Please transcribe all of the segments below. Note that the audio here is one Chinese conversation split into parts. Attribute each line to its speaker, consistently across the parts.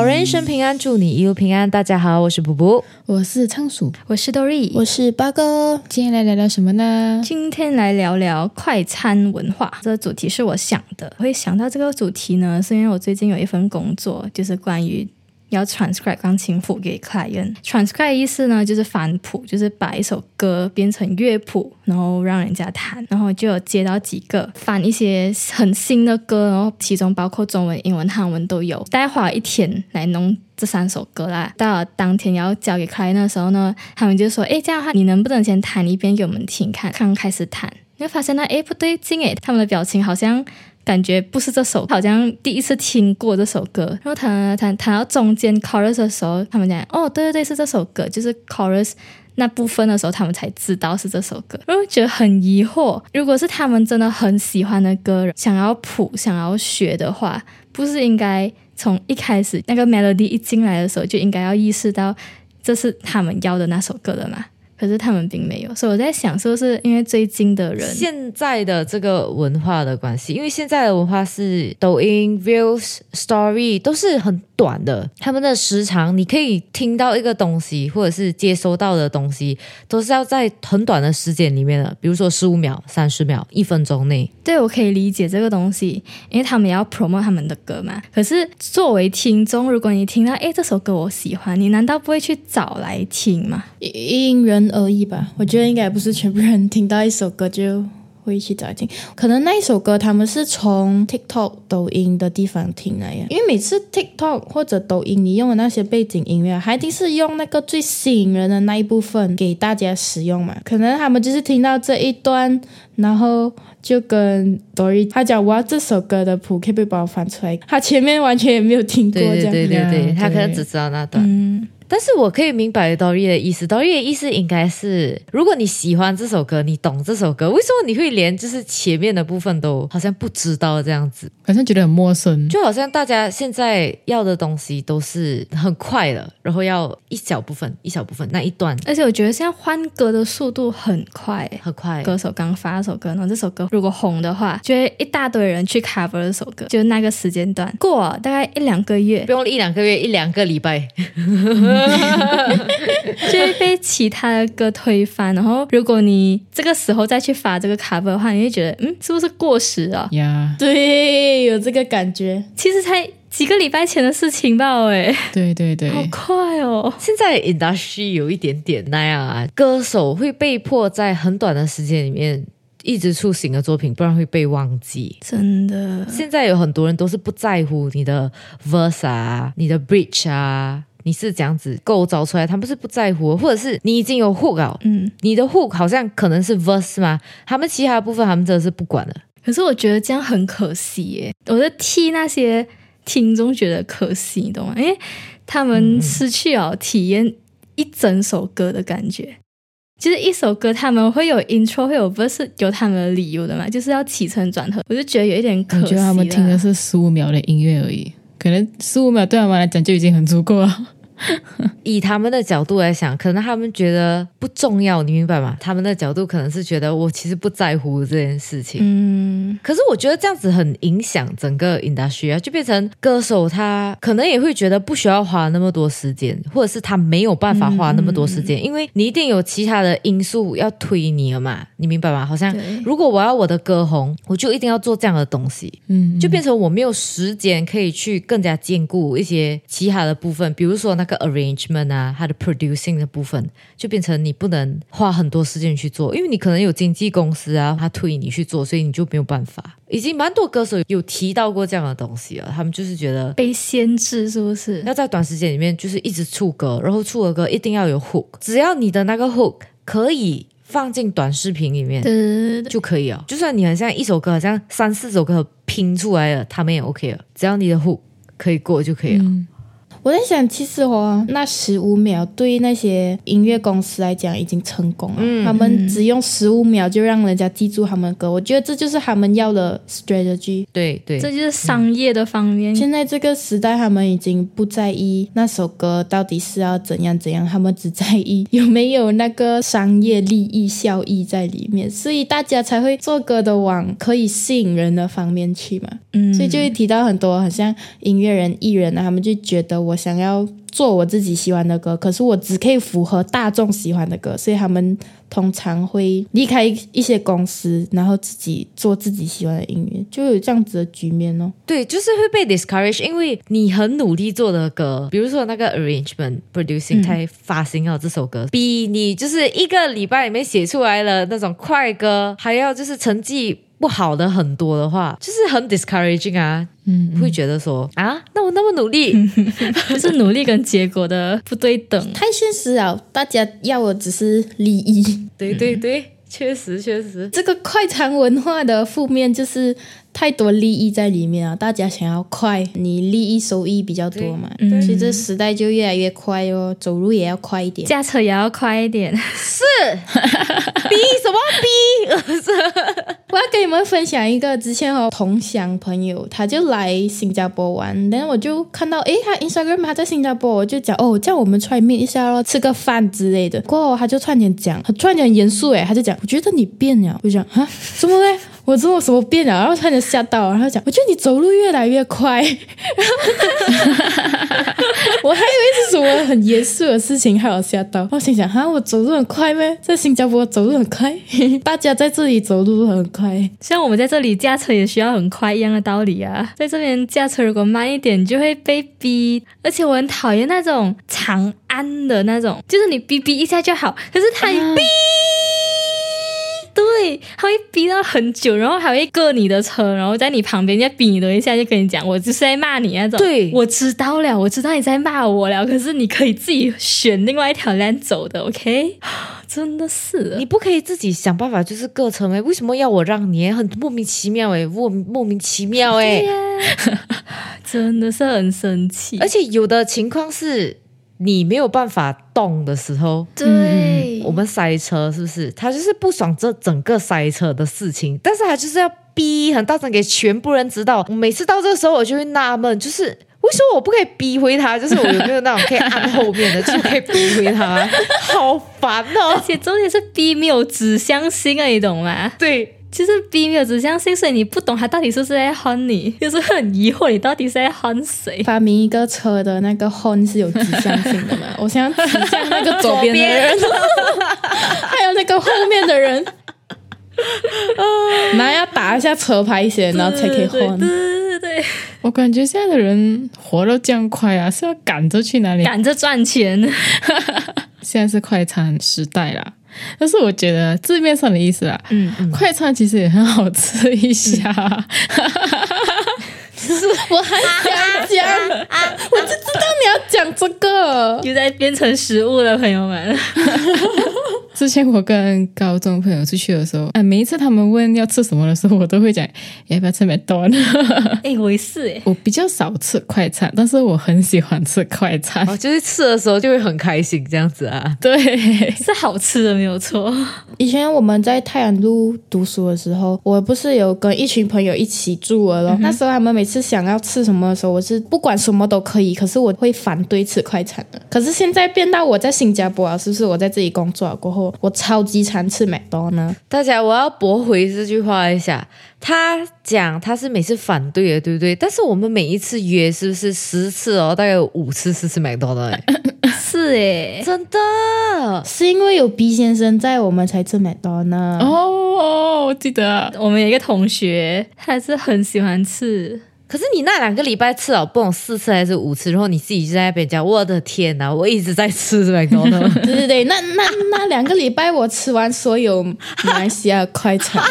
Speaker 1: 天生平安，祝你一路平安。大家好，我是卜卜，
Speaker 2: 我是仓鼠，
Speaker 3: 我是 Dory，
Speaker 4: 我是八哥。
Speaker 2: 今天来聊聊什么呢？
Speaker 3: 今天来聊聊快餐文化。这个主题是我想的，我会想到这个主题呢，是因为我最近有一份工作，就是关于要 transcribe 钢琴谱给 client。transcribe 意思呢，就是翻谱，就是把一首歌变成乐谱，然后让人家弹。然后就有接到几个翻一些很新的歌，然后其中包括中文、英文、汉文都有。大概花了一天来弄这三首歌啦。到了当天要交给 client 的时候呢，他们就说：“诶，这样的话，你能不能先弹一遍给我们听看？”刚开始弹，你会发现到诶哎不对劲诶，他们的表情好像。感觉不是这首，好像第一次听过这首歌。然后弹弹弹到中间 chorus 的时候，他们讲：“哦，对对对，是这首歌。”就是 chorus 那部分的时候，他们才知道是这首歌，然后觉得很疑惑。如果是他们真的很喜欢的歌，想要谱、想要学的话，不是应该从一开始那个 melody 一进来的时候就应该要意识到这是他们要的那首歌的嘛？可是他们并没有，所以我在想，是不是因为最近的人
Speaker 1: 现在的这个文化的关系，因为现在的文化是抖音、Reels、Story 都是很短的，他们的时长你可以听到一个东西，或者是接收到的东西，都是要在很短的时间里面的，比如说十五秒、三十秒、一分钟内。
Speaker 3: 对，我可以理解这个东西，因为他们也要 promote 他们的歌嘛。可是作为听众，如果你听到诶这首歌我喜欢，你难道不会去找来听吗？
Speaker 4: 因人而异吧，我觉得应该不是全部人听到一首歌就会一起找来听，可能那一首歌他们是从 TikTok、抖音的地方听来呀，因为每次 TikTok 或者抖音你用的那些背景音乐啊，还一定是用那个最吸引人的那一部分给大家使用嘛，可能他们就是听到这一段，然后就跟 Dory 他讲我要这首歌的谱，可不可以把我翻出来？他前面完全也没有听过
Speaker 1: 对
Speaker 4: 这
Speaker 1: 对
Speaker 4: 样。
Speaker 1: 对对对，
Speaker 2: 对
Speaker 1: 他可能只知道那段。
Speaker 3: 嗯，
Speaker 1: 但是我可以明白 Dory 的意思，Dory 的意思应该是，如果你喜欢这首歌，你懂这首歌，为什么你会连就是前面的部分都好像不知道这样子？
Speaker 2: 好像觉得很陌生。
Speaker 1: 就好像大家现在要的东西都是很快的，然后要一小部分一小部分那一段
Speaker 3: 而且我觉得现在换歌的速度很快诶。
Speaker 1: 很快。
Speaker 3: 歌手刚发一首歌，然后这首歌如果红的话，就会一大堆人去 cover 这首歌，就是那个时间段过了大概一两 个月
Speaker 1: 不，用一两个月，一两个礼拜，
Speaker 3: 就会被其他的歌推翻。然后如果你这个时候再去发这个 cover 的话，你会觉得嗯，是不是过时了？
Speaker 2: 呀
Speaker 4: 对，有这个感觉。
Speaker 3: 其实才几个礼拜前的事情吧，哎，
Speaker 2: 对对对，
Speaker 3: 好快哦！
Speaker 1: 现在 industry 有一点点那样啊，歌手会被迫在很短的时间里面一直出新的作品，不然会被忘记。
Speaker 3: 真的，
Speaker 1: 现在有很多人都是不在乎你的 verse 啊，你的 bridge 啊，你是这样子构造出来，他们是不在乎的，或者是你已经有 hook 了，
Speaker 3: 嗯，
Speaker 1: 你的 hook 好像可能是 verse 嘛，他们其他的部分他们真的是不管的。
Speaker 3: 可是我觉得这样很可惜耶，我在替那些听众觉得可惜，你懂吗？因为他
Speaker 2: 嗯
Speaker 3: 们失去了体验一整首歌的感觉。就是一首歌，他们会有 intro，会有 verse，有他们的理由的嘛，就是要起承转合。我就觉得有一点可惜
Speaker 2: 我
Speaker 3: 啦
Speaker 2: 觉得他们听的是十五秒的音乐而已，可能十五秒对他们来讲就已经很足 够了。
Speaker 1: 以他们的角度来想，可能他们觉得不重要，你明白吗？他们的角度可能是觉得我其实不在乎这件事情。
Speaker 3: 嗯，
Speaker 1: 可是我觉得这样子很影响整个 industry 啊，就变成歌手他可能也会觉得不需要花那么多时间，或者是他没有办法花那么多时间，
Speaker 3: 嗯
Speaker 1: 因为你一定有其他的因素要推你了嘛，你明白吗？好像
Speaker 3: 对
Speaker 1: 如果我要我的歌红，我就一定要做这样的东西，
Speaker 2: 嗯，
Speaker 1: 就变成我没有时间可以去更加兼顾一些其他的部分，比如说那个 arrangement 啊，它的 producing 的部分，就变成你不能花很多时间去做，因为你可能有经纪公司啊，他推你去做，所以你就没有办法。已经蛮多歌手有提到过这样的东西了，他们就是觉得
Speaker 3: 被限制是不是？
Speaker 1: 要在短时间里面就是一直出歌，然后出的歌一定要有 hook，只要你的那个 hook 可以放进短视频里面
Speaker 3: 对对对对
Speaker 1: 就可以了。就算你很像一首歌，好像三四首歌拼出来了，他们也 OK 了，只要你的 hook 可以过就可以了。
Speaker 4: 我在想，其实哦，那十五秒对那些音乐公司来讲已经成功了，他们只用十五秒就让人家记住他们的歌，我觉得这就是他们要的 strategy。
Speaker 1: 对对，
Speaker 3: 这就是商业的方面。
Speaker 4: 现在这个时代，他们已经不在意那首歌到底是要怎样怎样，他们只在意有没有那个商业利益效益在里面，所以大家才会做歌的往可以吸引人的方面去嘛。
Speaker 3: 嗯
Speaker 4: 所以就会提到很多，好像音乐人、艺人啊，他们就觉得我想要做我自己喜欢的歌，可是我只可以符合大众喜欢的歌，所以他们通常会离开一些公司，然后自己做自己喜欢的音乐，就有这样子的局面哦。
Speaker 1: 对，就是会被 discourage，因为你很努力做的歌，比如说那个 arrangement producing，他发行了这首歌，比你就是一个礼拜里面写出来了那种快歌还要就是成绩。不好的很多的话，就是很 discouraging 啊，嗯，会觉得说啊，那我那么努力，
Speaker 3: 就是努力跟结果的不对等。
Speaker 4: 太现实了，大家要的只是利益。
Speaker 1: 对对对，确实确实，
Speaker 4: 这个快餐文化的负面就是太多利益在里面啊，大家想要快，你利益收益比较多嘛，
Speaker 1: 对对
Speaker 4: 所以这时代就越来越快哦，走路也要快一点。
Speaker 3: 驾车也要快一点，
Speaker 1: 逼什么逼？
Speaker 4: 我要跟你们分享一个之前哦，同乡朋友他就来新加坡玩，然后我就看到诶，他 Instagram 他在新加坡，我就讲哦，叫我们出来 meet 一下咯，吃个饭之类的。过后他就突然间讲，他突然间很严肃诶，他就讲，我觉得你变了，我就讲啊，怎么嘞？我怎么什么变了？然后突然间吓到，然后他讲，我觉得你走路越来越快。我还以为是什么很严肃的事情，害我吓到。我心想，哈，我走路很快咩？在新加坡走路很快， 大家在这里走路很快。
Speaker 3: 像我们在这里驾车也需要很快一样的道理啊。在这边驾车如果慢一点，你就会被逼。而且我很讨厌那种长安的那种，就是你逼逼一下就好，可是他一逼。对，他会逼到很久，然后还会割你的车，然后在你旁边再逼你多一下，就跟你讲，我就是在骂你那种。
Speaker 1: 对
Speaker 3: 我知道了，我知道你在骂我了，可是你可以自己选另外一条 l 走的，OK？真的是的
Speaker 1: 你不可以自己想办法，就是各成哎为为什么要我让你？很莫名其妙诶，莫莫名其妙哎诶。
Speaker 3: 啊真的是很生气，
Speaker 1: 而且有的情况是你没有办法动的时候，
Speaker 3: 对
Speaker 1: 我们塞车是不是？他就是不爽这整个塞车的事情，但是他就是要逼很大声给全部人知道。每次到这个时候，我就会纳闷，就是为什么我不可以逼回他？就是我有没有那种可以按后面的，就可以逼回他？好烦
Speaker 3: 而
Speaker 1: 哦！
Speaker 3: 且重点是 B 没有指向性啊，你懂吗？
Speaker 1: 对，
Speaker 3: 就是 B 没有指向性，所以你不懂他到底是不是在薅你，就是会很疑惑你到底是在薅谁。
Speaker 4: 发明一个车的那个 horn 是有指向性的嘛？ 我想指向那个左边的 人，还有那个后面的 人，然后要打一下车牌先，然后才可以
Speaker 3: 对
Speaker 4: horn。
Speaker 3: 对对对，
Speaker 2: 我感觉现在的人活到这样快啊，是要赶着去哪里？
Speaker 3: 赶着赚钱，
Speaker 2: 现在是快餐时代啦。但是我觉得字面上的意思啦，
Speaker 3: 嗯嗯
Speaker 2: 快餐其实也很好吃一下，
Speaker 4: 我还想讲， 我就知道你要讲这个。
Speaker 3: 又在变成食物了，朋友们。
Speaker 2: 之前我跟高中朋友出去的时候，哎，每一次他们问要吃什么的时候，我都会讲要不要吃麦当劳。
Speaker 3: 哎，我也是哎，
Speaker 2: 我比较少吃快餐，但是我很喜欢吃快餐。
Speaker 1: 哦，就是吃的时候就会很开心这样子啊。
Speaker 2: 对，
Speaker 3: 是好吃的没有错。
Speaker 4: 以前我们在太阳路读书的时候，我不是有跟一群朋友一起住了咯。那时候他们每次想要吃什么的时候，我是不管什么都可以，可是我会反对吃快餐的。可是现在变到我在新加坡啊，是不是我在这里工作了啊过后，我超级常吃麦当劳。
Speaker 1: 大家，我要驳回这句话一下。他讲他是每次反对的，对不对？但是我们每一次约是不是十次哦，大概有五次是吃麦当劳，欸
Speaker 3: 是哎，
Speaker 1: 真的。
Speaker 4: 是因为有 B 先生在，我们才吃麦当劳。
Speaker 2: 哦，我记得
Speaker 3: 我们有一个同学，他是很喜欢吃，
Speaker 1: 可是你那两个礼拜吃了不懂四次还是五次，然后你自己就在那边讲，我的天哪，我一直在吃麦当劳。
Speaker 4: 对对对，那那那两个礼拜我吃完所有马来西亚快餐，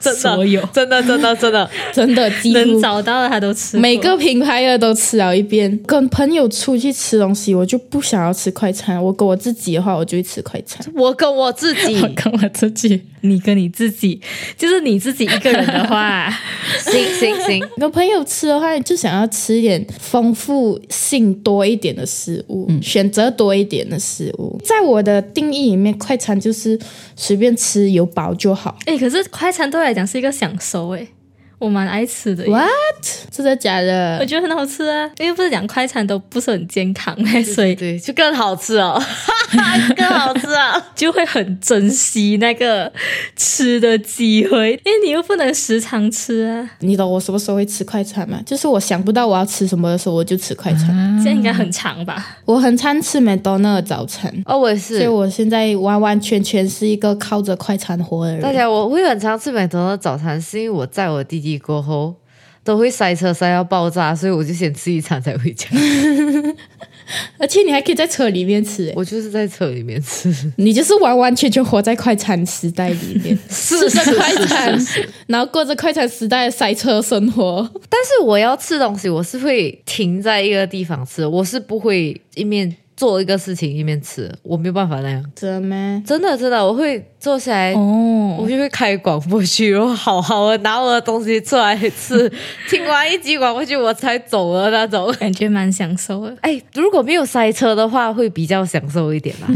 Speaker 1: 真的，
Speaker 3: 所有
Speaker 1: 真的，真的，真的，
Speaker 4: 真的几乎
Speaker 3: 能找到的他都吃过，
Speaker 4: 每个品牌的都吃了一遍。跟朋友出去吃东西，我就不想要吃快餐。我跟我自己的话，我就会吃快餐。
Speaker 1: 我跟我自己
Speaker 2: 我跟我自己，
Speaker 3: 你跟你自己，就是你自己一个人的 话，
Speaker 1: 行行行，
Speaker 4: 跟朋友吃的话，就想要吃一点丰富性多一点的食物，
Speaker 3: 嗯
Speaker 4: 选择多一点的食物。在我的定义里面，快餐就是随便吃有饱就好。
Speaker 3: 哎、可是快餐对我来讲是一个享受哎、我蛮爱吃的耶。
Speaker 4: What？真的假
Speaker 3: 我
Speaker 4: 的？
Speaker 3: 觉得很好吃啊，因为不是讲快餐都不是很健康嘞，所以
Speaker 1: 对，就更好吃哦，更好吃啊！
Speaker 3: 就会很珍惜那个吃的机会，因为你又不能时常吃啊，
Speaker 4: 你懂我什么时候会吃快餐吗？就是我想不到我要吃什么的时候，我就吃快餐。
Speaker 1: 嗯
Speaker 3: 这样应该很长吧？
Speaker 4: 我很常吃麦当娜的早餐，
Speaker 1: 哦，我也
Speaker 4: 所以
Speaker 1: 是。
Speaker 4: 我现在完完全全是一个靠着快餐活的
Speaker 1: 大
Speaker 4: 人。
Speaker 1: 家，我会很常吃麦当劳早餐，是因为我载我弟弟过后都会塞车塞到爆炸，所以我就先吃一餐才回 家。
Speaker 4: 而且你还可以在车里面吃、欸，
Speaker 1: 我就是在车里面吃，
Speaker 4: 你就是完完全全活在快餐时代里 面，
Speaker 1: 是
Speaker 4: 吃着快餐，然后过着快餐时代的塞车生活。
Speaker 1: 但是我要吃东西，我是会停在一个地方吃，我是不会一面做一个事情一面吃，我没有办法那样。
Speaker 4: 真的吗？
Speaker 1: 真的真的，我会坐下来，
Speaker 3: 哦，
Speaker 1: 我就会开广播剧，然后好好的拿我的东西出来 吃，听完一集广播剧我才走了那种。
Speaker 3: 感觉蛮享受的。
Speaker 1: 哎，如果没有塞车的话，会比较享受一点吧。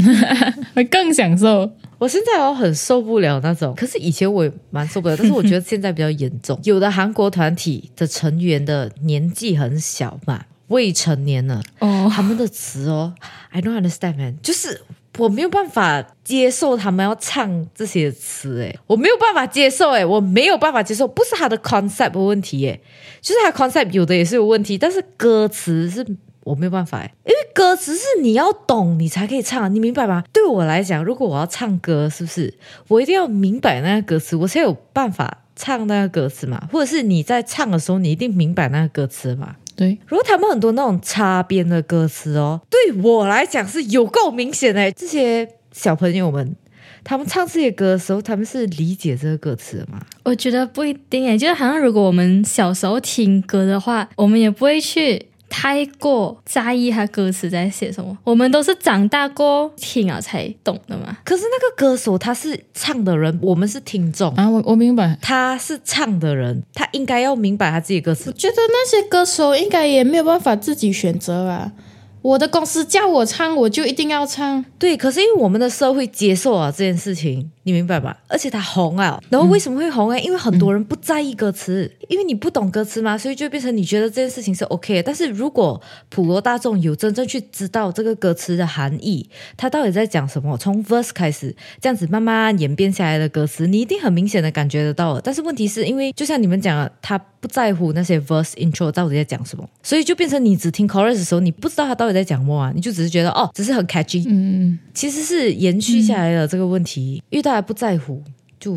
Speaker 2: 会更享受。
Speaker 1: 我现在我很受不了那种，可是以前我也蛮受不了，但是我觉得现在比较严 重。有的韩国团体的成员的年纪很小嘛，未成年了，
Speaker 3: 哦，
Speaker 1: 他们的词哦，I don't understand man，就是我没有办法接受他们要唱这些词，哎，我没有办法接受，哎，我没有办法接受，不是他的 concept 的问题，哎，就是他 concept 有的也是有问题，但是歌词是。我没有办法哎，因为歌词是你要懂你才可以唱，你明白吗？对我来讲，如果我要唱歌，是不是我一定要明白那个歌词，我才有办法唱那个歌词嘛？或者是你在唱的时候，你一定明白那个歌词嘛？
Speaker 2: 对，
Speaker 1: 如果他们很多那种擦边的歌词哦，对我来讲是有够明显的。这些小朋友们，他们唱这些歌的时候，他们是理解这个歌词的吗？
Speaker 3: 我觉得不一定诶，就是好像如果我们小时候听歌的话，我们也不会去太过在意它歌词在写什么，我们都是长大过后听了才懂的嘛。
Speaker 1: 可是那个歌手他是唱的人，我们是听众，
Speaker 2: 啊，我我明白，
Speaker 1: 他是唱的人，他应该要明白他自己的歌词
Speaker 4: 我。觉得那些歌手应该也没有办法自己选择吧。我的公司叫我唱，我就一定要唱。
Speaker 1: 对，可是因为我们的社会接受啊这件事情，你明白吧？而且他红啊，然后为什么会红啊？因为很多人不在意歌词，因为你不懂歌词嘛，所以就变成你觉得这件事情是 OK 的。但是如果普罗大众有真正去知道这个歌词的含义，它到底在讲什么，从 verse 开始这样子慢慢演变下来的歌词，你一定很明显的感觉得到了。但是问题是因为就像你们讲的，他不在乎那些 verse intro 到底在讲什么，所以就变成你只听 chorus 的时候，你不知道他到底在讲什么啊，你就只是觉得哦，只是很 catchy，
Speaker 2: 嗯，
Speaker 1: 其实是延续
Speaker 4: 嗯
Speaker 1: 下来了这个问题，因为大家不在乎，就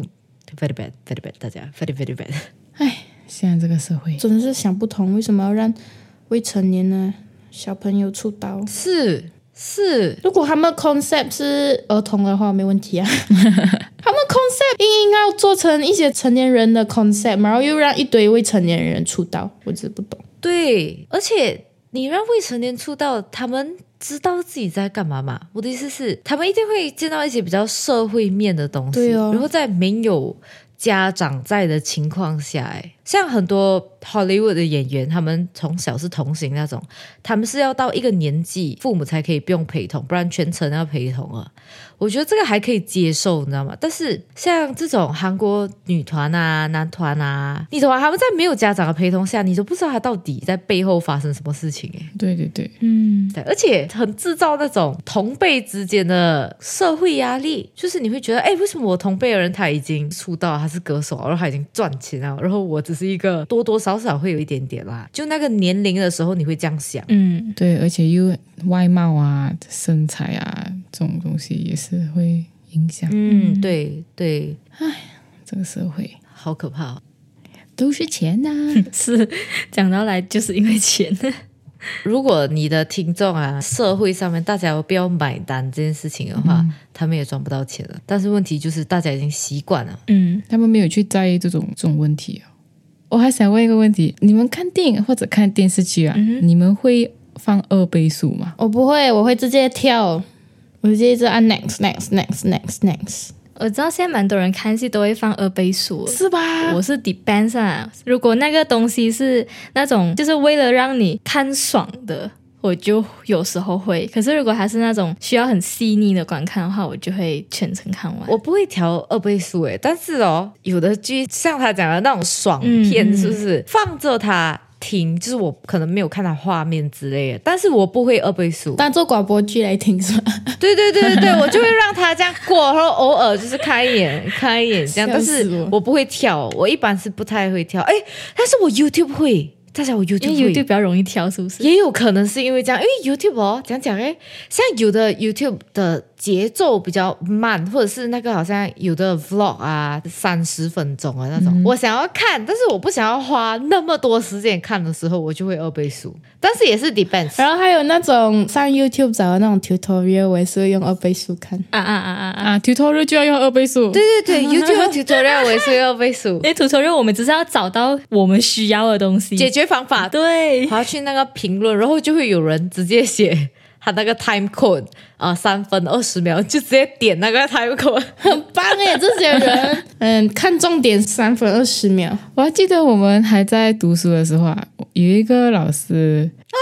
Speaker 1: very bad very bad，大家 very very bad。
Speaker 2: 现在这个社会，
Speaker 4: 真的是想不通，为什么要让未成年的小朋友出道？
Speaker 1: 是是，
Speaker 4: 如果他们 concept 是儿童的话，没问题啊。 他们 concept 硬硬要做成一些成年人的 concept，然后又让一堆未成年人出道，我真不懂。
Speaker 1: 对，而且你让未成年出道，他们知道自己在干嘛嘛？我的意思是，他们一定会见到一些比较社会面的东西，
Speaker 4: 对哦
Speaker 1: 然后在没有家长在的情况下，哎，像很多 Hollywood 的演员，他们从小是同行那种，他们是要到一个年纪，父母才可以不用陪同，不然全程要陪同啊。我觉得这个还可以接受，你知道吗？但是像这种韩国女团啊、男团啊，你懂吗？他们在没有家长的陪同下，你都不知道他到底在背后发生什么事情、欸，
Speaker 2: 对对对，
Speaker 3: 嗯，
Speaker 1: 对，而且很制造那种同辈之间的社会压力，就是你会觉得，哎，为什么我同辈的人他已经出道，他是歌手，然后他已经赚钱了，然后我只是一个多多少少会有一点点啦，就那个年龄的时候，你会这样想。
Speaker 3: 嗯，
Speaker 2: 对，而且又外貌啊、身材啊这种东西也是会影响
Speaker 1: 嗯，对对，
Speaker 2: 这个社会，
Speaker 1: 好可怕、哦。
Speaker 2: 都是钱呐、
Speaker 3: 是讲到来就是因为钱，
Speaker 1: 如果你的听众啊，社会上面大家不要买单这件事情的话，他们也赚不到钱了。但是问题就是大家已经习惯了，
Speaker 3: 嗯，
Speaker 2: 他们没有去在意这种这种问题、哦。我还想问一个问题：你们看电影或者看电视剧啊，你们会放二倍速吗？
Speaker 4: 我哦不会，我会直接跳，我直接一直按 next next next next next，
Speaker 3: 我知道现在蛮多人看戏都会放二倍速的，
Speaker 4: 是吧？
Speaker 3: 我是 depends 啊。如果那个东西是那种就是为了让你看爽的，我就有时候会，可是如果还是那种需要很细腻的观看的话，我就会全程看完。
Speaker 1: 我不会调二倍速诶，但是哦，有的剧像他讲的那种爽片，
Speaker 3: 嗯嗯
Speaker 1: 是不是、放着它听？就是我可能没有看它画面之类的，但是我不会二倍速。
Speaker 4: 当做广播剧来听是吧？
Speaker 1: 对对对对对，我就会让它这样过，然后偶尔就是看一眼看一眼这样，
Speaker 4: 笑
Speaker 1: 但
Speaker 4: 死我
Speaker 1: 是我不会跳，我一般是不太会跳。哎，但是我 YouTube 会，大家我 YouTube
Speaker 3: 因为
Speaker 1: 会
Speaker 3: YouTube 比较容易挑，是不是？
Speaker 1: 也有可能是因为这样，因为 YouTube 哦，讲讲诶，像有的 YouTube 的节奏比较慢，或者是那个好像有的 Vlog 啊，三十分钟啊那种，我想要看，但是我不想要花那么多时间看的时候，我就会二倍速，但是也是 depends。
Speaker 4: 然后还有那种上 YouTube 找的那种 tutorial，我也是会用二倍速看。
Speaker 3: 啊啊啊啊啊！
Speaker 2: 啊，tutorial 就要用二倍速，对，
Speaker 1: 对对对，YouTube tutorial 我也是二倍速
Speaker 3: 因，为 tutorial 我们只是要找到我们需要的东西。
Speaker 1: 解决方法
Speaker 3: 对
Speaker 1: 我要去那个评论，然后就会有人直接写他那个 time code 啊、三分二十秒，就直接点那个 time code。
Speaker 4: 很棒哎，这些人，嗯，看重点三分二十秒，
Speaker 2: 我还记得我们还在读书的时候啊，有一个老师啊，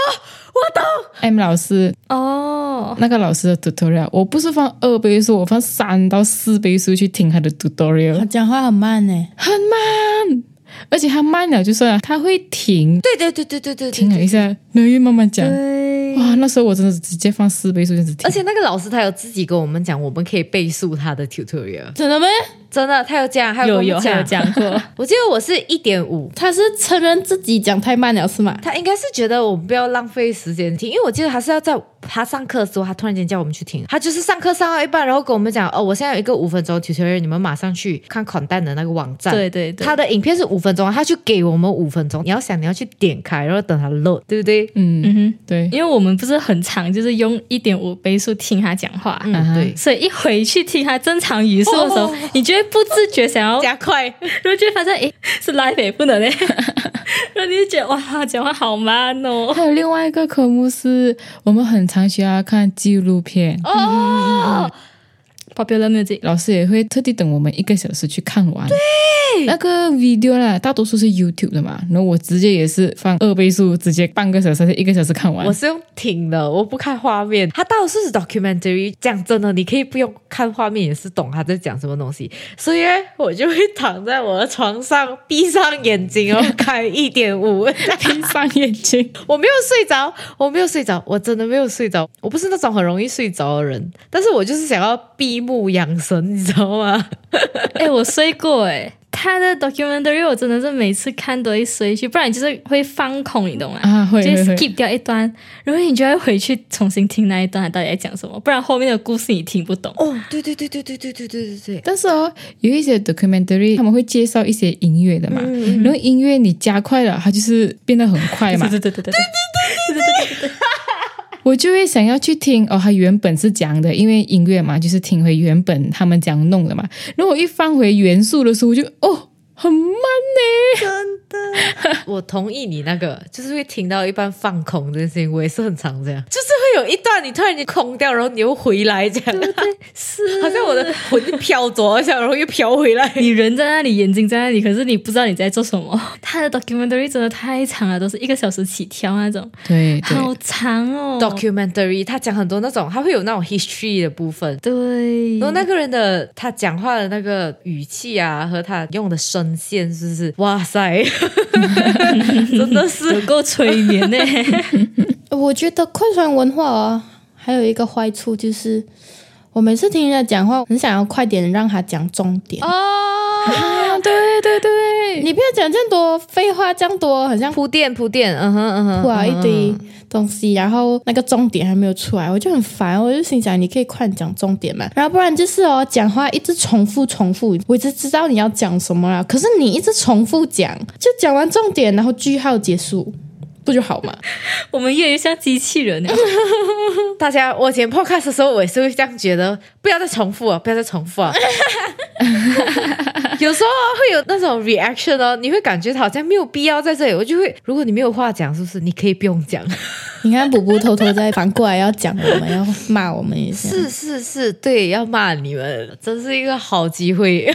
Speaker 2: 我懂，M 老师
Speaker 3: 哦，
Speaker 2: 那个老师的 tutorial，我不是放二倍速，我放三到四倍速去听他的 tutorial，
Speaker 4: 他讲话很慢哎，
Speaker 2: 很慢，而且他慢了就算了，他会停，
Speaker 1: 对对对对对对对
Speaker 2: 停了一下，然后又慢慢讲。
Speaker 3: 对，
Speaker 2: 哇，那时候我真的是直接放四倍速这样子听
Speaker 1: 而，且那个老师他有自己跟我们讲，我们可以倍速他的 tutorial，
Speaker 4: 真的吗？
Speaker 1: 真的，他有讲，还
Speaker 3: 有
Speaker 1: 有跟
Speaker 3: 有
Speaker 1: 我们
Speaker 3: 还有讲 过，
Speaker 1: 我记得我是一点五，
Speaker 4: 他是承认自己讲太慢了是吗？
Speaker 1: 他应该是觉得我们不要浪费时间听，因为我记得他是要在他上课的时候，他突然间叫我们去听，他就是上课上到一半，然后跟我们讲，哦，我现在有一个五分钟 tutorial，你们马上去看 c o n t e n 的那个网站，
Speaker 3: 对对对，
Speaker 1: 他的影片是五分钟，他就给我们五分钟。你要想，你要去点开，然后等它 load，对不对？
Speaker 2: 嗯，
Speaker 3: 嗯哼，
Speaker 2: 对，
Speaker 3: 因为我们不是很常就是用一点五倍速听他讲话。
Speaker 1: 嗯，哦
Speaker 2: 啊哈
Speaker 1: 对，
Speaker 3: 所以一回去听他正常语速的时候，你就会不自觉想要，然
Speaker 1: 加快。
Speaker 3: 后就会发现，诶，是 live 也不能诶，然后你就觉得哇，他讲话好慢哦。
Speaker 2: 还有另外一个科目是我们很常需要看纪录片，
Speaker 1: 哦，
Speaker 3: Popular music，
Speaker 2: 老师也会特地等我们一个小时去看完。对，那个 video 啦，大多数是 YouTube 的嘛，然后我直接也是放二倍速，直接半个小时还是一个小时看完
Speaker 1: 我。是用听的，我不看画面。他到处是 documentary，讲真的，你可以不用看画面也是懂他在讲什么东西。所以呢我就会躺在我的床上，闭上眼睛，然后开一点 五。
Speaker 2: 闭 上眼睛，
Speaker 1: 我没有睡着，我没有睡着，我真的没有睡着。我不是那种很容易睡着的人，但是我就是想要闭目养神，你知道吗？
Speaker 3: 诶，我睡过诶，他的 documentary 我真的是每次看都会睡去，不然你就是会放空，你懂吗？
Speaker 2: 啊会
Speaker 3: 就
Speaker 2: 会会
Speaker 3: skip 掉一段，然后你就会回去重新听那一段，它到底在讲什么，不然后面的故事你听不懂。
Speaker 1: 哦，对对对对对对对对对对。
Speaker 2: 但是哦，有一些 documentary 他们会介绍一些音乐的嘛，然后音乐你加快了，它就是变得很快嘛
Speaker 3: 对，对对对对
Speaker 2: 我就会想要去听哦，它原本是讲的，因为音乐嘛，就是听回原本他们讲弄的嘛。然后我一翻回原速的时候，我就哦，很慢呢、
Speaker 1: 我同意你那个，就是会听到一般放空这件事情，我也是很常这样，就是会有一段你突然间空掉，然后你又回来这样，
Speaker 3: 是
Speaker 1: 好像我的魂飘走一下，然后又飘回来。
Speaker 3: 你人在那里，眼睛在那里，可是你不知道你在做什么。他的 documentary 真的太长了，都是一个小时起跳那种，
Speaker 2: 对
Speaker 3: 好长哦。
Speaker 1: documentary 他讲很多那种，他会有那种 history 的部分。
Speaker 3: 对，
Speaker 1: 然后那个人的他讲话的那个语气啊，和他用的声线，是不是？哇塞，真的是
Speaker 3: 有够催眠 呢、
Speaker 4: 我觉得快传文化啊，还有一个坏处就是，我每次听人家讲话，很想要快点让他讲重点。
Speaker 1: 哦，
Speaker 2: 啊，对对对，
Speaker 4: 你不要讲这样多废话，这样多好 像
Speaker 1: 铺垫铺垫，嗯哼嗯哼，
Speaker 4: 吐了一堆东西，然后那个重点还没有出来，我就很烦。我就心想，你可以快点讲重点嘛，然后不然就是哦，讲话一直重复重复，我一直知道你要讲什么了，可是你一直重复讲，就讲完重点，然后句号结束，不就好吗？
Speaker 3: 我们越来越像机器人了。
Speaker 1: 大家，我剪 podcast 的时候，我也是会这样觉得，不要再重复啊，不要再重 复啊。有时候会有那种 reaction 哦，你会感觉好像没有必要在这里，我就会，如果你没有话讲，是不是你可以不用讲？
Speaker 4: 你看，补补偷偷在反过来要讲我们，要骂我们一下。
Speaker 1: 是是是，对，要骂你们，真是一个好机会。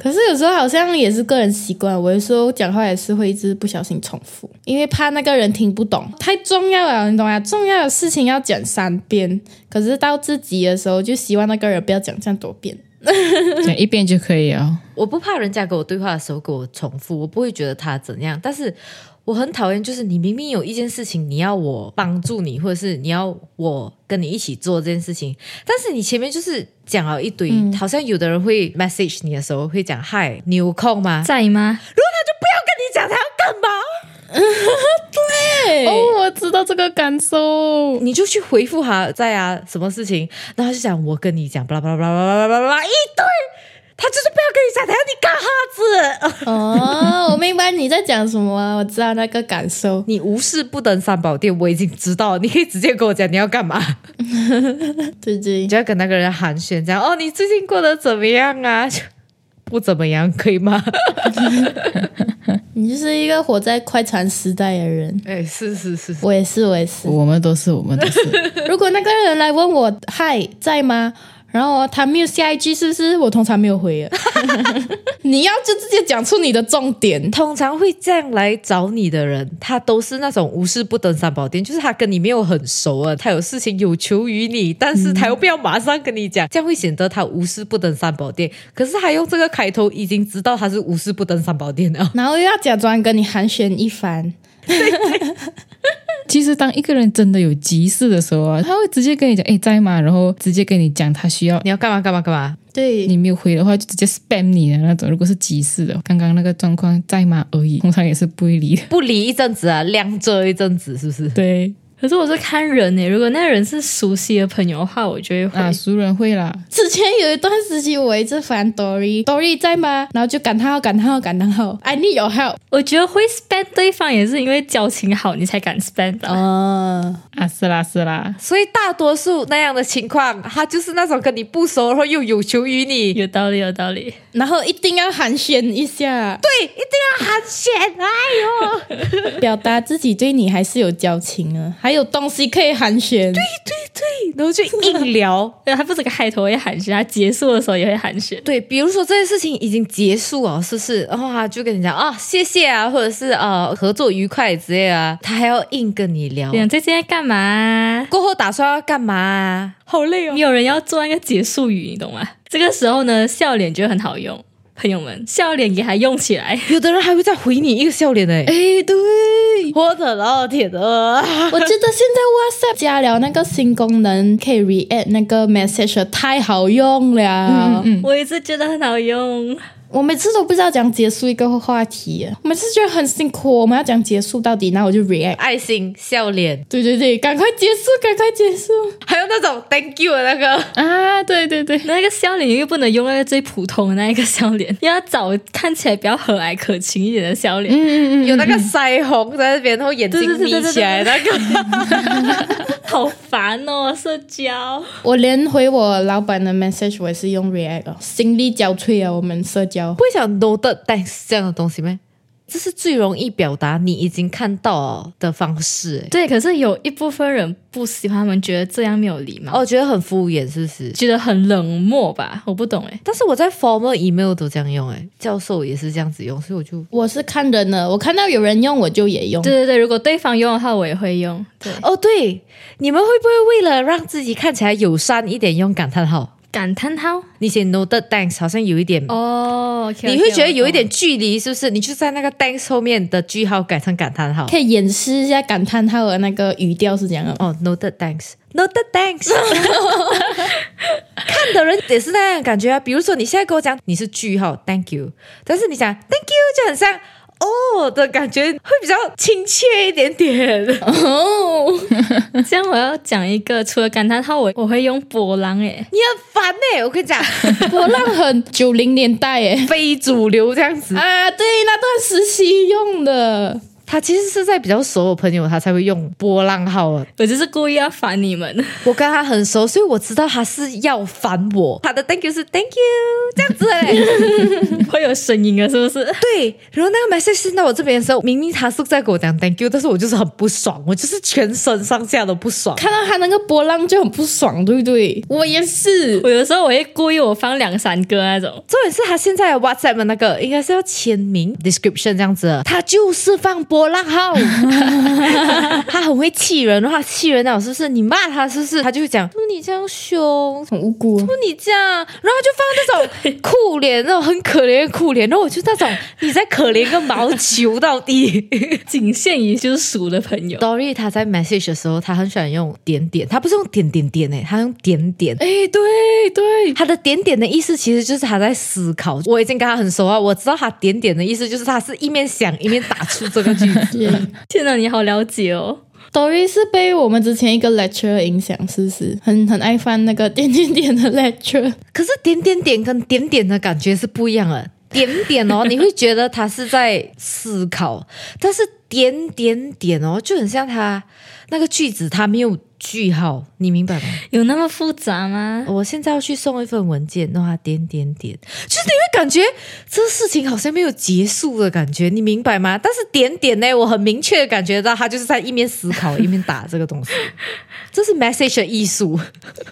Speaker 4: 可是有时候好像也是个人习惯，我有时候讲话也是会一直不小心重复，因为怕那个人听不懂，太重要了，你懂吗？重要的事情要讲三遍，可是到自己的时候就希望那个人不要讲这样多遍。
Speaker 2: 讲一遍就可以了。
Speaker 1: 我不怕人家跟我对话的时候给我重复，我不会觉得他怎样，但是我很讨厌，就是你明明有一件事情你要我帮助你，或者是你要我跟你一起做这件事情，但是你前面就是讲了一堆，好像有的人会 message 你的时候会讲嗨，你有空吗？如果
Speaker 3: 在吗？
Speaker 1: 他就不要跟你讲，他要干嘛？
Speaker 4: 对，
Speaker 2: 哦，我知道这个感受。
Speaker 1: 你就去回复他在啊，什么事情？然后他就讲我跟你讲，巴拉巴拉巴拉巴拉巴拉巴拉一堆，他就是不要跟你讲，他要你干哈子。
Speaker 4: 哦，我明白你在讲什么啊，我知道那个感受。
Speaker 1: 你无事不登三宝殿，我已经知道，你可以直接跟我讲你要干嘛，
Speaker 4: 对对
Speaker 1: 你，就要跟那个人寒暄，讲哦，你最近过得怎么样啊？ 就不怎么样，可以吗？
Speaker 4: 你就是一个活在快餐时代的人。
Speaker 1: 哎，是是是，
Speaker 4: 我也是，我也是。
Speaker 2: 我们都是，我们都 是。
Speaker 4: 如果那个人来问我“嗨，在吗”，然后他没有下一句，是不是我通常没有回 了？你要就直接讲出你的重点。
Speaker 1: 通常会这样来找你的人，他都是那种无事不登三宝殿，就是他跟你没有很熟啊，他有事情有求于你，但是他又不要马上跟你讲，这样会显得他无事不登三宝殿。可是他用这个开头，已经知道他是无事不登三宝殿了。
Speaker 4: 然后又要假装跟你寒暄一番，
Speaker 2: 其实当一个人真的有急事的时候啊，他会直接跟你讲：“哎，在吗？”然后直接跟你讲他需要。
Speaker 1: 你要干嘛干嘛干嘛？
Speaker 4: 对，
Speaker 2: 你没有回的话，就直接 spam 你的那种。如果是急事的，刚刚那个状况在吗而已，通常也是不会理的。
Speaker 1: 不理一阵子啊，晾着一阵子，是不是？
Speaker 2: 对
Speaker 3: 可是我是看人呢、如果那个人是熟悉的朋友的话，我就会回。
Speaker 2: 啊，熟人会啦。
Speaker 4: 之前有一段时期，我一直烦 Dory，Dory 在吗？然后就感叹号感叹号感叹号，I need your help。
Speaker 3: 我觉得会 spam 对方也是因为交情好，你才敢 spam 吧。
Speaker 4: 哦，
Speaker 2: 啊，是啦是啦，
Speaker 1: 所以大多数那样的情况，他就是那种跟你不熟，然后又有求于你，
Speaker 3: 有道理，有道理。
Speaker 4: 然后一定要寒暄一下，
Speaker 1: 对，一定要寒暄。哎 呦，
Speaker 4: 表达自己对你还是有交情啊，还有东西可以寒暄。对，
Speaker 1: 然后就硬聊。
Speaker 3: 呃对，他不止个开头会寒暄，他结束的时候也会寒暄。
Speaker 1: 对，比如说这件事情已经结束了，是不是？然后他就跟你讲啊，谢谢啊，或者是啊，合作愉快之类啊，他还要硬跟你聊。
Speaker 3: 哎两最近在干嘛啊？
Speaker 1: 过后打算要干嘛、啊？好累哦
Speaker 3: 没。有人要做那个结束语，你懂吗？这个时候呢，笑脸就很好用，朋友们，笑脸给它用起来。
Speaker 1: 有的人还会再回你一个笑脸呢、哎，
Speaker 4: 哎，对。
Speaker 1: 我的老天鹅！
Speaker 4: 我觉得现在 WhatsApp 加了那个新功能，可以 react 那个 message 了太好用了。嗯
Speaker 3: 我一直觉得很好用，
Speaker 4: 我每次都不知道讲结束一个话题，我每次觉得很辛苦。我们要讲结束到底，那我就 react。
Speaker 1: 爱心笑脸，
Speaker 4: 对对对，赶快结束，赶快结束。
Speaker 1: 还有那种 thank you 的那个，
Speaker 2: 啊，对对对，
Speaker 3: 那个笑脸又不能用那个最普通的那一个笑脸，要找看起来比较和蔼可亲一点的笑脸。
Speaker 1: 有那个腮红在那边，然后眼睛眯起来那个。
Speaker 3: 好烦哦，社交。
Speaker 4: 我连回我老板的 message 我也是用 react，哦心力交瘁啊，我们社交
Speaker 1: 不。会想 no 的 thanks 这样的东西吗？这是最容易表达你已经看到的方式、欸。
Speaker 3: 对，可是有一部分人不喜欢，他们觉得这样没有礼貌，
Speaker 1: 哦，我觉得很敷衍，是不是？
Speaker 3: 觉得很冷漠吧？我不懂哎。
Speaker 1: 但是我在 formal email 都这样用、欸，哎，教授也是这样子用，所以我就
Speaker 4: 我是看人的，我看到有人用我就也用。
Speaker 3: 对对对，如果对方用的话，我也会用。对，
Speaker 1: 哦，对，你们会不会为了让自己看起来友善一点，用感叹号？
Speaker 3: 感叹号
Speaker 1: 你写 no 的 thanks 好像有一点，
Speaker 3: 哦，OK，OK，
Speaker 1: 你会觉得有一
Speaker 3: 我
Speaker 1: 点距离，是不是？你就在那个 thanks 后面的句号改成感叹号。
Speaker 4: 可以演示一下感叹号的那个语调是怎样的吗？
Speaker 1: 哦，no 的 thanks，no 的 thanks，看的人也是那样的感觉啊。比如说你现在跟我讲你是句号，thank you，但是你讲 thank you 就很像哦的感觉，会比较亲切一点 点。
Speaker 4: 哦、
Speaker 3: 懂这样我要讲一个，除了感叹号，我我会用波浪哎。
Speaker 1: 你很烦呢、我跟 你讲，
Speaker 4: 波浪很九零年代诶。
Speaker 1: 嗯非主流这样子。
Speaker 4: 啊，对，那段时期用的
Speaker 1: 他其实是在比较熟的朋友，他才会用波浪号啊。
Speaker 3: 我就是故意要烦你们。
Speaker 1: 我跟他很熟，所以我知道他是要烦我。他的 thank you 是 thank you 这样子 哎，
Speaker 3: 会有声音啊，是不是？
Speaker 1: 对。然后那个 message 送到我这边的时候，明明他是在跟我讲 thank you，但是我就是很不爽，我就是全身上下都不爽。
Speaker 4: 看到他那个波浪就很不爽，对不对？我也是，
Speaker 3: 我有时候我会故意我放两三个那种，
Speaker 1: 重点是他现在的 WhatsApp 的那个应该是要签名 description 这样子的，他就是放波浪 号，他很会气人，然后他气人到是不是？你骂他是不是？他就会讲，说你这样凶，
Speaker 4: 很无辜。
Speaker 1: 不你这样，然后他就放 那种酷脸，那种很可怜的酷脸，然后我就那种你在可怜个毛球到底。
Speaker 3: 仅限于就是熟的朋友。
Speaker 1: Dory 他在 message 的时候，他很喜欢用点点，他不是用点点点诶、他用点点。
Speaker 4: 哎，对对，
Speaker 1: 他的点点的意思其实就是他在思考。我已经跟他很熟啊，我知道他点点的意思就是他是一面想一面打出这个句 子。
Speaker 3: 天哪，你好了解哦！
Speaker 4: Dory 是被我们之前一个 lecture 影响，是不是？很很爱翻那个点点点的 lecture。
Speaker 1: 可是点点点跟点点的感觉是不一样的。点点哦，你会觉得他是在思考，但是点点点哦，就很像他那个句子，他没有句号，你明白吗？
Speaker 3: 有那么复杂吗？
Speaker 1: 我现在要去送一份文件，然后他点点点，就是你会感觉这事情好像没有结束的感觉，你明白吗？但是点点呢，我很明确的感觉到他就是在一面思考一面打这个东西，这是 message 的艺术。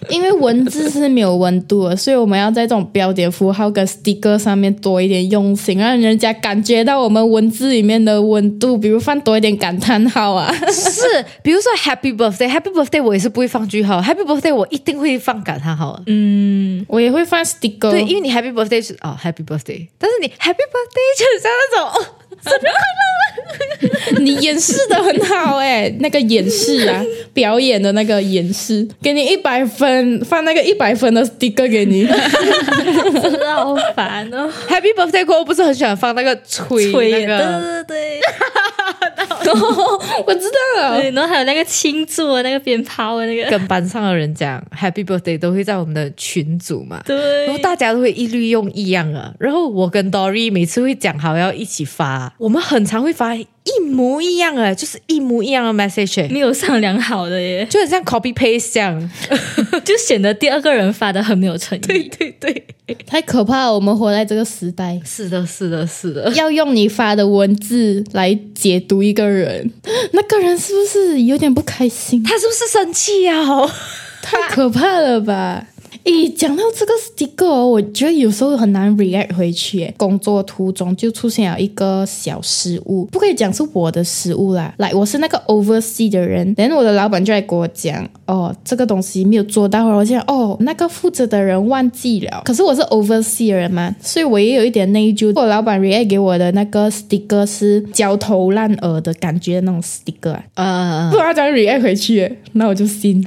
Speaker 4: 因为文字是没有温度的，所以我们要在这种标点符号跟 sticker 上面多一点用心，让人家感觉到我们文字里面的温度，比如放多一点感叹号啊。
Speaker 1: 是，比如说 Happy Birthday，Happy Birthday 我也是不会放句号，Happy Birthday 我一定会放感叹号的。嗯，
Speaker 4: 我也会放 sticker。
Speaker 1: 对，因为你 Happy Birthday 是哦 Happy Birthday，但是你 Happy Birthday 就是像那种哦
Speaker 4: 你掩饰的很好哎、那个掩饰 啊，表演的那个掩饰，给你一百分，放那个一百分的 sticker 给你。
Speaker 3: 真的 好烦哦！
Speaker 1: Happy Birthday 过后不是很喜欢放那个吹那
Speaker 3: 对
Speaker 1: 个。
Speaker 3: 对对
Speaker 4: 我知道了，
Speaker 3: 对，然后还有那个庆祝啊的那个鞭炮的那 个，
Speaker 1: 跟班上的人讲 Happy Birthday 都会在我们的群组嘛，然后
Speaker 3: 对，
Speaker 1: 大家都会一律用一样的。然后我跟 Dory 每次会讲好要一起发，我们很常会发一模一样的，就是一模一样的 message，欸
Speaker 3: 没有商量好的耶，
Speaker 1: 就很像 copy paste 这样。
Speaker 3: 就显得第二个人发的很没有诚意。
Speaker 1: 对对，，
Speaker 4: 太可怕了，我们活在这个时代
Speaker 1: 是的，是的，是的。
Speaker 4: 要用你发的文字来解读一个人，那个人是不是有点不开心？
Speaker 1: 他是不是生气 呀、啊？
Speaker 4: 太可怕了吧！咦，讲到这个 sticker，哦我觉得有时候很难 react 回去耶。工作途中就出现了一个小失误，不可以讲是我的失误啦。来，我是那个 oversee 的人，然后我的老板就来跟我讲，哦，这个东西没有做到，然后我就想，哦，那个负责的人忘记了。可是我是 oversee 的人嘛，所以我也有一点内疚。我老板 react 给我的那个 sticker 是焦头烂额的感觉的那种 sticker，、啊、
Speaker 1: 呃，
Speaker 4: 不然他讲 react 回去耶，那我就信。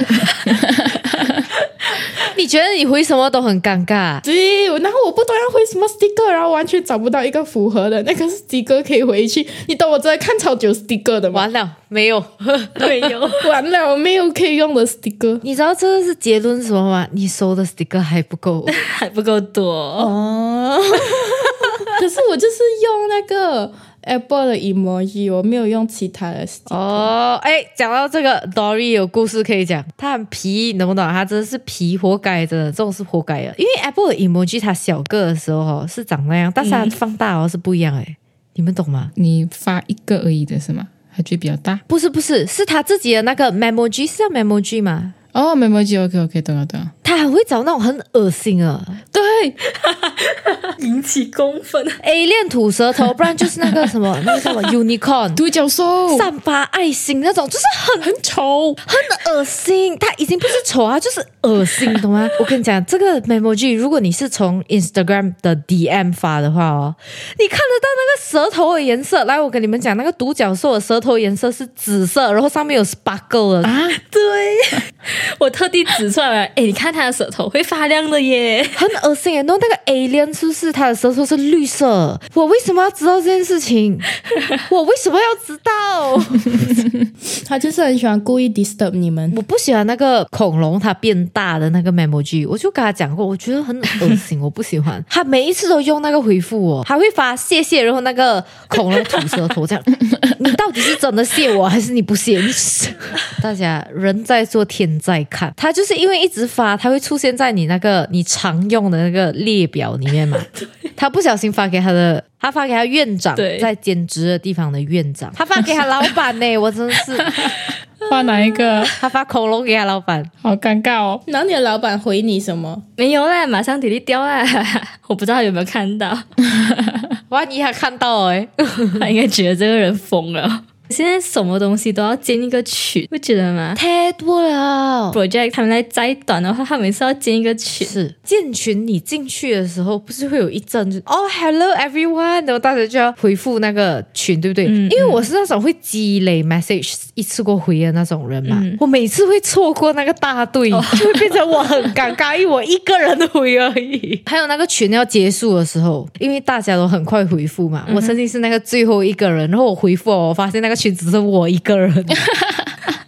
Speaker 1: 你觉得你回什么都很尴尬？
Speaker 4: 对，然后我不懂要回什么 sticker，然后完全找不到一个符合的那个 sticker 可以回去。你懂我在看超久 sticker 的吗？
Speaker 1: 完了，没有。
Speaker 3: 对，有。
Speaker 4: 完了，我没有可以用的 sticker。
Speaker 1: 你知道这个是结论是什么吗？你收的 sticker 还不够。
Speaker 3: 还不够多，
Speaker 4: 哦， 可是我就是用那个 Apple 的 emoji，我没有用其他的 sticker。
Speaker 1: 哦，哎，讲到这个，Dory 有故事可以讲，他很皮，你懂不懂？他真的是皮，活该真的，这种是活该的。因为 Apple 的 emoji 它小个的时候哦是长那样，但是它放大哦是不一样哎，你们懂吗？
Speaker 2: 你发一个而已的是吗？它就比较大
Speaker 1: 不是不是，是他自己的那个 memoji 是叫 memoji 吗？
Speaker 2: 哦。没没记 OK OK，懂了懂了。
Speaker 1: 他还会找那种很恶心的
Speaker 4: 对，
Speaker 3: 引起公愤。
Speaker 1: A 恋吐舌头，不然就是那个什么，那个叫什么 unicorn，
Speaker 2: 独角兽
Speaker 1: 散发爱心那种，就是很
Speaker 2: 很丑，
Speaker 1: 很恶心，它已经不是丑啊，就是恶心，懂吗？我跟你讲，这个 memoji，如果你是从 Instagram 的 DM 发的话哦，你看得到那个舌头的颜色。来，我跟你们讲，那个独角兽的舌头颜色是紫色，然后上面有 sparkle 的啊，对，
Speaker 3: 我特地指出来了，哎，你看他的舌头会发亮的耶。
Speaker 1: 很恶心耶。然后那个 alien 是不是他的舌头是绿色？我为什么要知道这件事情？我为什么要知道？
Speaker 4: 他就是很喜欢故意 disturb 你们。
Speaker 1: 我不喜欢那个恐龙它变大的那个 memoji，我就跟他讲过，我觉得很恶心，我不喜欢。他每一次都用那个回复我，还会发谢谢，然后那个恐龙吐舌头这样。你到底是真的谢我，还是你不谢？你大家人在做天在看，他就是因为一直发，他会出现在你那个你常用的那个列表里面嘛。他不小心发给他的，他发给他院长，
Speaker 3: 对
Speaker 1: 在兼职的地方的院长，他发给他老板呢、我真的是。
Speaker 2: 发哪一 个？
Speaker 1: 他发恐龙给他老板，
Speaker 2: 好尴尬哦！
Speaker 4: 然后你的老板回你什么？
Speaker 3: 没有啦，马上体力掉啦。 我不知道他有没有看到，
Speaker 1: 万一他看到哎、
Speaker 3: 他应该觉得这个人疯了。现在什么东西都要建一个群，不觉得吗
Speaker 1: 太多了。
Speaker 3: ？project 他们在摘短的话，他们是要建一个群。
Speaker 1: 是建群，你进去的时候不是会有一阵就哦、hello everyone，然后大家就要回复那个群，对不对？因为我是那种会积累 message 一次过回的那种人嘛，我每次会错过那个大队，就会变成我很尴尬，因为我一个 人回而已。还有那个群要结束的时候，因为大家都很快回复嘛，我曾经是那个最后一个人，然后我回复哦，我发现那个群只剩我一个人。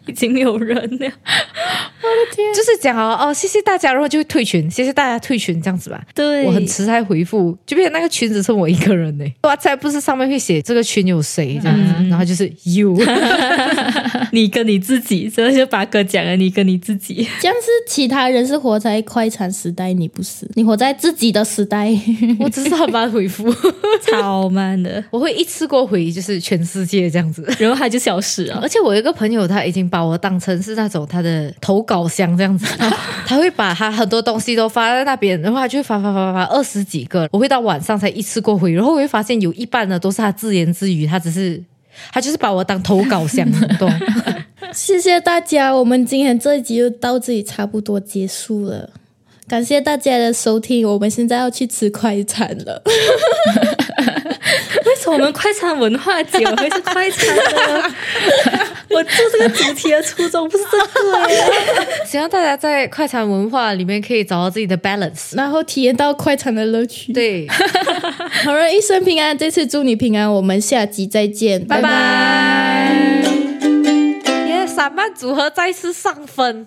Speaker 3: 已经没有人 了。
Speaker 1: 就是讲哦哦，谢谢大家，然后就会退群，谢谢大家退群这样子吧。
Speaker 3: 对
Speaker 1: 我很迟才回复，就变成那个群只剩我一个人 呢。哇塞，不是上面会写这个群有谁这样子，然后就是 you，
Speaker 3: 你跟你自己，这就八哥讲了，你跟你自己。
Speaker 4: 这样是其他人是活在快餐时代，你不是，你活在自己的时代。
Speaker 1: 我只是很慢回复，
Speaker 3: 超慢的，
Speaker 1: 我会一次过回就是全世界这样子。
Speaker 3: 然后他就消失 了。
Speaker 1: 而且我有一个朋友，他已经把我当成是那种他的投稿箱这样 子，他会把他很多东西都发在那边，然后他就会发发发发发二十几个，我会到晚上才一次过回，然后我会发现有一半的都是他自言自语，他只是他就是把我当投稿箱，你懂？
Speaker 4: 谢谢大家，我们今天这一集就到这里，差不多结束了。感谢大家的收听，我们现在要去吃快餐了。
Speaker 3: 为什么我们快餐文化节我会是快餐呢？ 我做这个主题的初衷不是这个、
Speaker 1: 希望大家在快餐文化里面可以找到自己的 balance。
Speaker 4: 然后体验到快餐的乐趣。，
Speaker 1: 对，
Speaker 4: 好人一生平安，这次祝你平安，我们下集再见，
Speaker 1: 拜拜。耶，散漫组合再次上分。